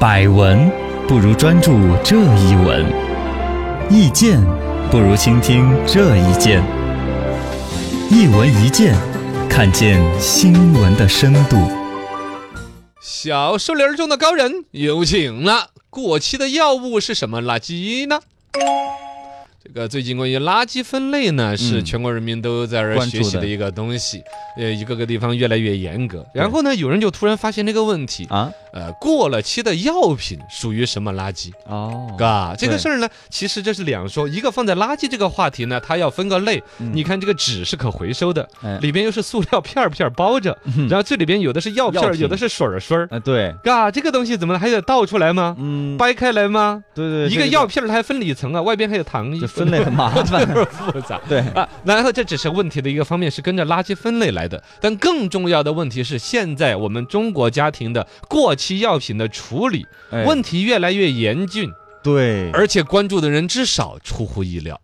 百闻不如专注这一闻，意见不如倾听这一见。一闻一见，看见新闻的深度。小树林中的高人有请了。过期的药物是什么垃圾呢？这个最近关于垃圾分类呢，是嗯全国人民都在这儿关注学习的的一个东西。呃，一个个地方越来越严格。然后呢，有人就突然发现这个问题：啊，呃，过了期的药品属于什么垃圾？哦，啊，这个对事儿呢，其实这是两说，一个放在垃圾这个话题呢，它要分个类。嗯你看这个纸是可回收的哎，里边又是塑料片儿片儿包着，然后这里边有的是嗯药片药儿，品有的是水儿水儿。啊，对，嘎，这个东西怎么还得倒出来吗？嗯，掰开来吗？对对，一这个药片儿它还分里层啊，外边还有糖衣这，分类很麻 这烦，么复杂。对，啊，然后这只是问题的一个方面，是跟着垃圾分类来的。但更重要的问题是，现在我们中国家庭的过期药品的处理哎问题越来越严峻，对，而且关注的人之少，出乎意料。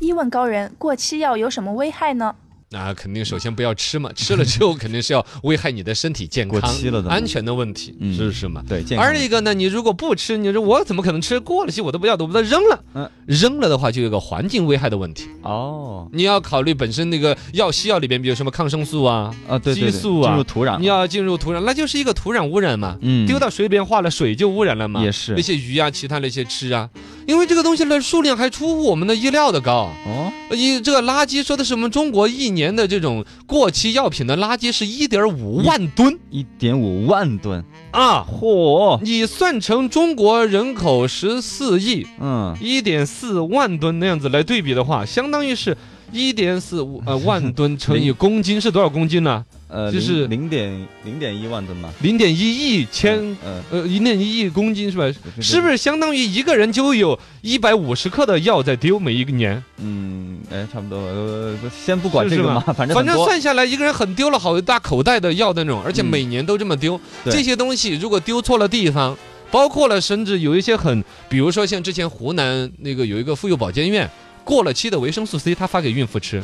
一问高人，过期药有什么危害呢？那啊肯定首先不要吃嘛，吃了之后肯定是要危害你的身体健康、过期了的安全的问题，嗯是不是嘛？对，健康而一个呢，你如果不吃，你说我怎么可能吃？过了期我都不要，我把它扔了。嗯扔了的话就有个环境危害的问题，哦，你要考虑本身那个药西药里边，比如什么抗生素啊，啊，对对，对激素啊进入土壤，你要进入土壤，那就是一个土壤污染嘛。嗯丢到水里边化了，水就污染了嘛。也是那些鱼啊，其他那些吃啊，因为这个东西的数量还出乎我们的意料的高。哦，一这个垃圾说的是我们中国一年的这种过期药品的垃圾是一点五万吨一点五万吨，啊！嚯，你算成中国人口十四亿，嗯，一点四万吨那样子来对比的话，相当于是一点四五呃 万吨乘以公斤是多少公斤呢？呃，就是零点零点一万吨嘛，零点一亿千嗯，呃零点一亿公斤是吧？呃是不？是相当于一个人就有一百五十克的药在丢每一个年？嗯，哎，差不多，呃，先不管是这是个嘛，吧反正反很正多算下来，一个人很丢了好一大口袋的药的那种，而且嗯每年都这么丢。对这些东西如果丢错了地方，包括了甚至有一些很，比如说像之前湖南那个有一个妇幼保健院。过了期的维生素 C，他发给孕妇吃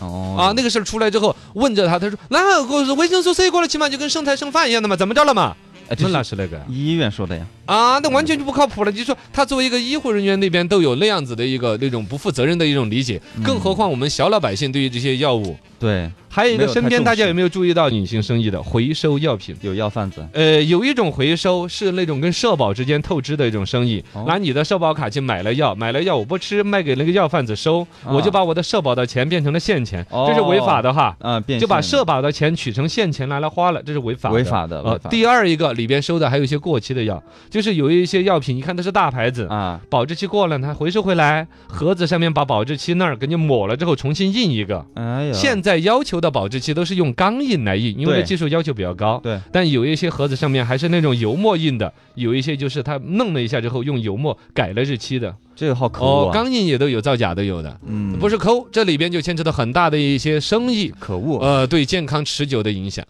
哦啊。那个事儿出来之后，问着他，他说：“那我维生素 C 过了期嘛，就跟剩菜剩饭一样的嘛，怎么着了嘛？”哎这那是哪是那个医院说的呀，啊？那完全就不靠谱了。你说他作为一个医护人员那边都有那样子的一个那种不负责任的一种理解，更何况我们小老百姓对于这些药物，对，还有一没个有身太边重大家视有没有注意到隐形生意的回收药品？有药贩子，呃，有一种回收是那种跟社保之间透支的一种生意，哦拿你的社保卡去买了药，买了药我不吃，卖给那个药贩子收，啊我就把我的社保的钱变成了现钱，哦这是违法的哈。啊，变就把现社保的钱取成现钱拿来花了，这是违法的。违法的，呃违，法第二一个里边收的还有一些过期的药，就是有一些药品，一看它是大牌子，啊，保质期过了它回收回来，盒子上面把保质期那儿给你抹了之后重新印一个，哎呀，现在要求的保质期都是用钢印来印，因为对这技术要求比较高。对，但有一些盒子上面还是那种油墨印的，有一些就是他弄了一下之后用油墨改了日期的。这个好可哦恶，啊，钢印也都有造假的，有的嗯，不是是抠，这里边就牵扯到很大的一些生意，可恶，呃，对健康持久的影响。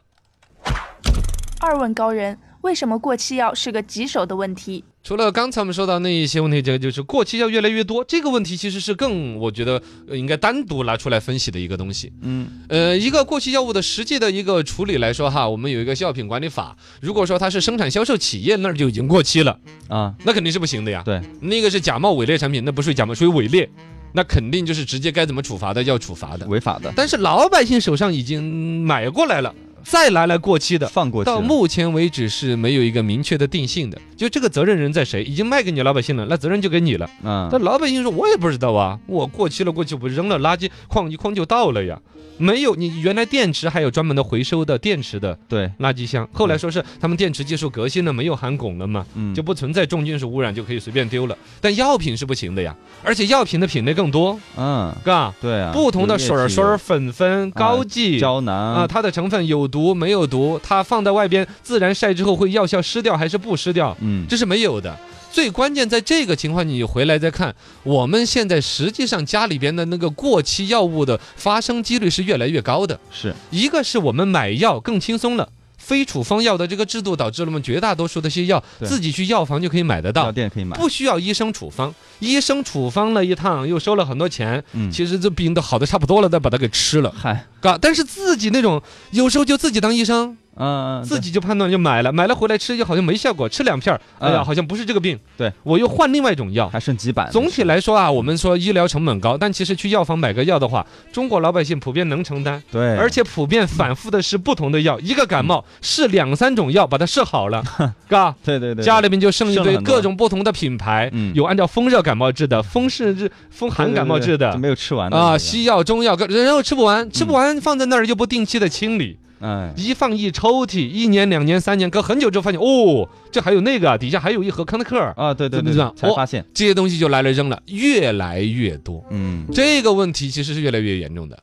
二问高人，为什么过期药是个棘手的问题？除了刚才我们说到那一些问题，这个就是过期药越来越多，这个问题其实是更我觉得呃应该单独拿出来分析的一个东西。嗯，呃，一个过期药物的实际的一个处理来说哈，我们有一个药品管理法，如果说它是生产销售企业那儿就已经过期了，啊，那肯定是不行的呀。对，那个是假冒伪劣产品，那不属于假冒，属于伪劣，那肯定就是直接该怎么处罚的要处罚的。违法的，但是老百姓手上已经买过来了，再拿来过期的。放过去到了，目前为止是没有一个明确的定性的，就这个责任人在谁，已经卖给你老百姓了，那责任就给你了。嗯但，老百姓说，我也不知道啊，我过期了，过去不扔了，垃圾哐一哐就到了呀。没有，你原来电池还有专门的回收的电池的对，垃圾箱，后来说是他们电池技术革新了，没有含汞了嘛，嗯，就不存在重金属污染，就可以随便丢了。但药品是不行的呀，而且药品的品类更多，嗯，嘎，对啊，不同的有液水儿体水儿、粉粉、膏剂。胶囊啊，它的成分有毒没有毒？它放在外边自然晒之后会药效失掉还是不失掉？嗯，这是没有的。最关键在这个情况，你回来再看，我们现在实际上家里边的那个过期药物的发生几率是越来越高的。是一个是我们买药更轻松了。非处方药的这个制度导致了我们绝大多数的些药对自己去药房就可以买得药到，店可以买，不需要医生处方。医生处方了一趟又收了很多钱，嗯，其实这病都好的差不多了，再把它给吃了。嗨，嘎，但是自己那种有时候就自己当医生，嗯，自己就判断就买了，买了回来吃又好像没效果，吃两片儿，哎呀，嗯好像不是这个病，对我又换另外一种药对。还剩几版。总体来说啊，我们说医疗成本高，但其实去药房买个药的话，中国老百姓普遍能承担，对，嗯而且普遍反复的是不同的药，一个感冒试两三种药把它试好 了，嘎。对对对，家里面就剩一剩了堆很多各种不同的品牌，嗯有按照风热感冒治的、风湿治、风寒感冒治对对对的就没有吃完的啊，那个西药、中药，各然后吃不完，嗯吃不完放在那儿又不定期的清理，哎，一放一抽屉，一年、两年、三年，隔很久之后发现，哦，这还有那个啊，底下还有一盒康德克尔，啊，对对对怎么对，怎才么发现，这些东西就来了扔了，越来越多。嗯，这个问题其实是越来越严重的。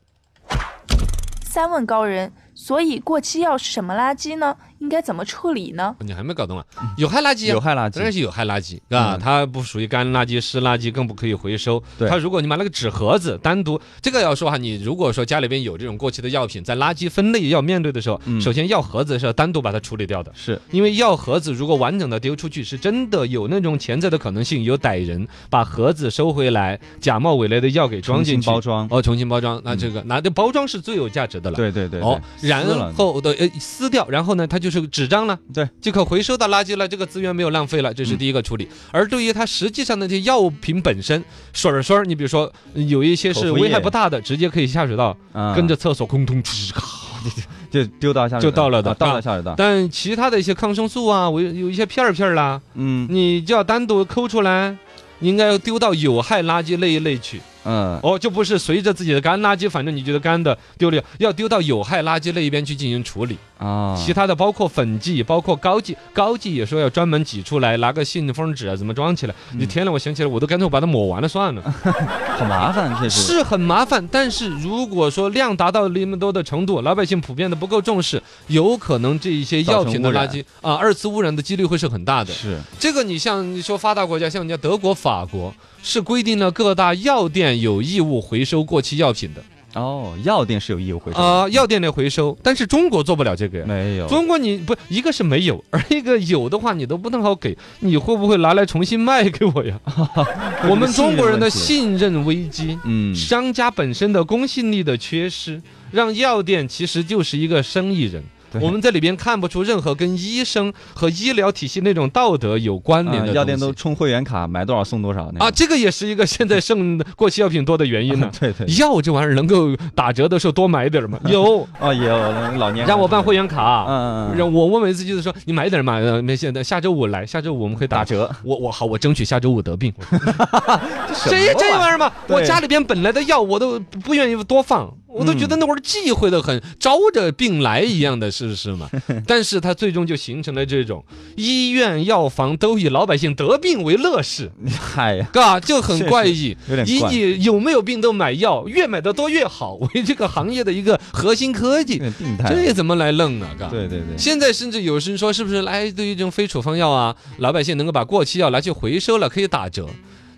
三问高人，所以过期药是什么垃圾呢？应该怎么处理呢？你还没搞懂啊？有害垃圾、啊，嗯有害垃当然圾，是有害垃圾啊，嗯它不属于干垃圾、湿垃圾，更不可以回收。对它如果你买了个纸盒子，单独这个要说哈，你如果说家里边有这种过期的药品，在垃圾分类要面对的时候，嗯首先药盒子是要单独把它处理掉的。是因为药盒子如果完整的丢出去，是真的有那种潜在的可能性，有歹人把盒子收回来，假冒伪劣的药给装重进新去，包装，嗯哦，重新包装。那这个拿的包装是最有价值的了。对对对，哦，对然撕了后的呃撕掉，然后呢，它就是纸张了，对，就可回收到垃圾了，这个资源没有浪费了，这是嗯第一个处理。而对于它实际上的这些药品本身，水儿水儿，你比如说有一些是口服危害液不大的，直接可以下水道，嗯跟着厕所空通嗤咔。就丢到下水就道到了的啊啊到了下水道，但其他的一些抗生素啊，我有有一些片儿片儿啦，嗯你就要单独抠出来。你应该要丢到有害垃圾那一类去嗯，哦，就不是随着自己的干垃圾，反正你觉得干的丢了，要丢到有害垃圾那一边去进行处理。啊，其他的包括粉剂，包括膏剂，膏剂也说要专门挤出来，拿个信封纸啊，怎么装起来？嗯你天了，我想起来，我都干脆把它抹完了算了，好麻烦，这 是是很麻烦。但是如果说量达到那么多的程度，老百姓普遍的不够重视，有可能这一些药品的垃圾啊，二次污染的几率会是很大的。是这个你像你说发达国家，像人家德国、法国是规定了各大药店有义务回收过期药品的哦，药店是有义务回收的啊、药店里回收，但是中国做不了这个呀。没有，中国你不一个是没有， 而一个有的话你都不能好给，你会不会拿来重新卖给我 呀？我们中国人的信信任危机，任问题，嗯商家本身的公信力的缺失，让药店其实就是一个生意人。对我们在里边看不出任何跟医生和医疗体系那种道德有关嗯，联的东西、啊药店都充会员卡，买多少送多少那啊，种，。这个也是一个现在剩过期药品多的原因呢 对对，药这玩意儿能够打折的时候多买点儿吗？有，哦，也有那个老年人让我办会员卡。啊嗯，嗯嗯，让我问每次就是说，你买点儿嘛，呃没现在下周五来，下周五我们会打打折。折，我我好，我争取下周五得病。嗯 什谁么这玩意玩意儿嘛？对嗯我家里边本来的药我都不愿意多放，我都觉得那会儿忌讳的很，招着病来一样的，是不是 嘛？但是它最终就形成了这种医院、药房都以老百姓得病为乐事，儿嗨呀，嘎，就很怪异。有点以怪，你有没有病都买药，越买的多越好，为这个行业的一个核心科有技，点病态，这怎么来弄啊？嘎，嗯对对对，现在甚至有人说，是不是哎，对于这种非处方药啊，老百姓能够把过期药拿去回收了，可以打折。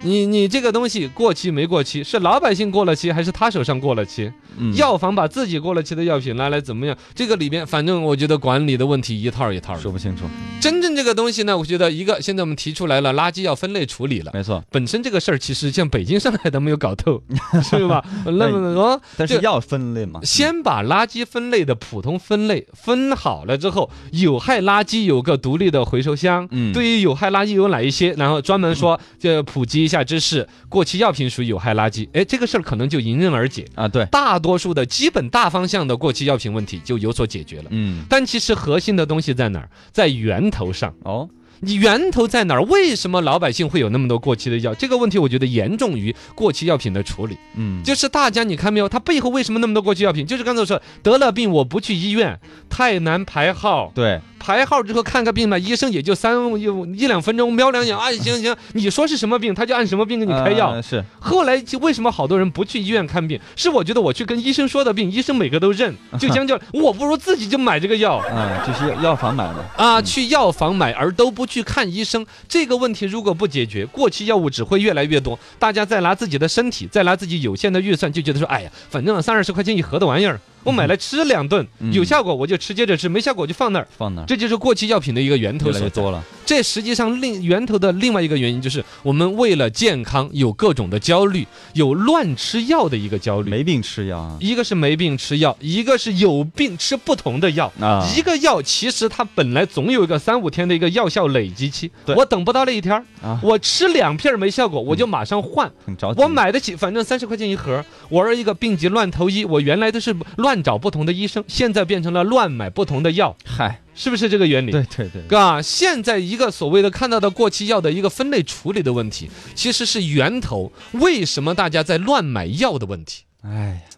你你这个东西过期没过期，是老百姓过了期，还是他手上过了期？嗯药房把自己过了期的药品拿来怎么样？这个里边，反正我觉得管理的问题一套儿一套儿的。说不清楚，真正这个东西呢，我觉得一个现在我们提出来了，垃圾要分类处理了。没错，本身这个事儿，其实像北京、上海都没有搞透，是吧？那么说，但是这药分类嘛，先把垃圾分类的普通分类分好了之后，有害垃圾有个独立的回收箱。嗯对于有害垃圾有哪一些，然后专门说就普及一下知识。过期药品属于有害垃圾，哎，这个事儿可能就迎刃而解。啊，对，大多数的基本大方向的过期药品问题就有所解决了。嗯，但其实核心的东西在哪儿？在源头上。哦，你源头在哪儿？为什么老百姓会有那么多过期的药？这个问题我觉得严重于过期药品的处理。嗯，就是大家你看没有，它背后为什么那么多过期药品？就是刚才我说得了病我不去医院，太难排号，对，排号之后看个病吧，医生也就三有一两分钟瞄两眼，啊行行，你说是什么病，他就按什么病给你开药。呃是后来就为什么好多人不去医院看病？是我觉得我去跟医生说的病，医生每个都认，就将就，我不如自己就买这个药。啊，就是药药房买的，啊，去药房买，而都不去看医生，这个问题如果不解决，过期药物只会越来越多。大家再拿自己的身体，再拿自己有限的预算，就觉得说，哎呀，反正三二十块钱一盒的玩意儿，我买来吃两顿，嗯有效果我就吃，接着吃；没效果我就放那儿。放那儿，这就是过期药品的一个源头越来所越在。多了，这实际上另源头的另外一个原因就是，我们为了健康有各种的焦虑，有乱吃药的一个焦虑。没病吃药啊。一个是没病吃药，一个是有病吃不同的药。啊，一个药其实它本来总有一个三五天的一个药效累积期，对我等不到那一天儿啊，嗯我吃两片儿没效果，我就马上换。很着急。我买得起，反正三十块钱一盒。我是一个病急乱投医，我原来都是乱找不同的医生，现在变成了乱买不同的药，嗨，是不是这个原理？对对对，啊，现在一个所谓的看到的过期药的一个分类处理的问题，其实是源头，为什么大家在乱买药的问题？哎呀，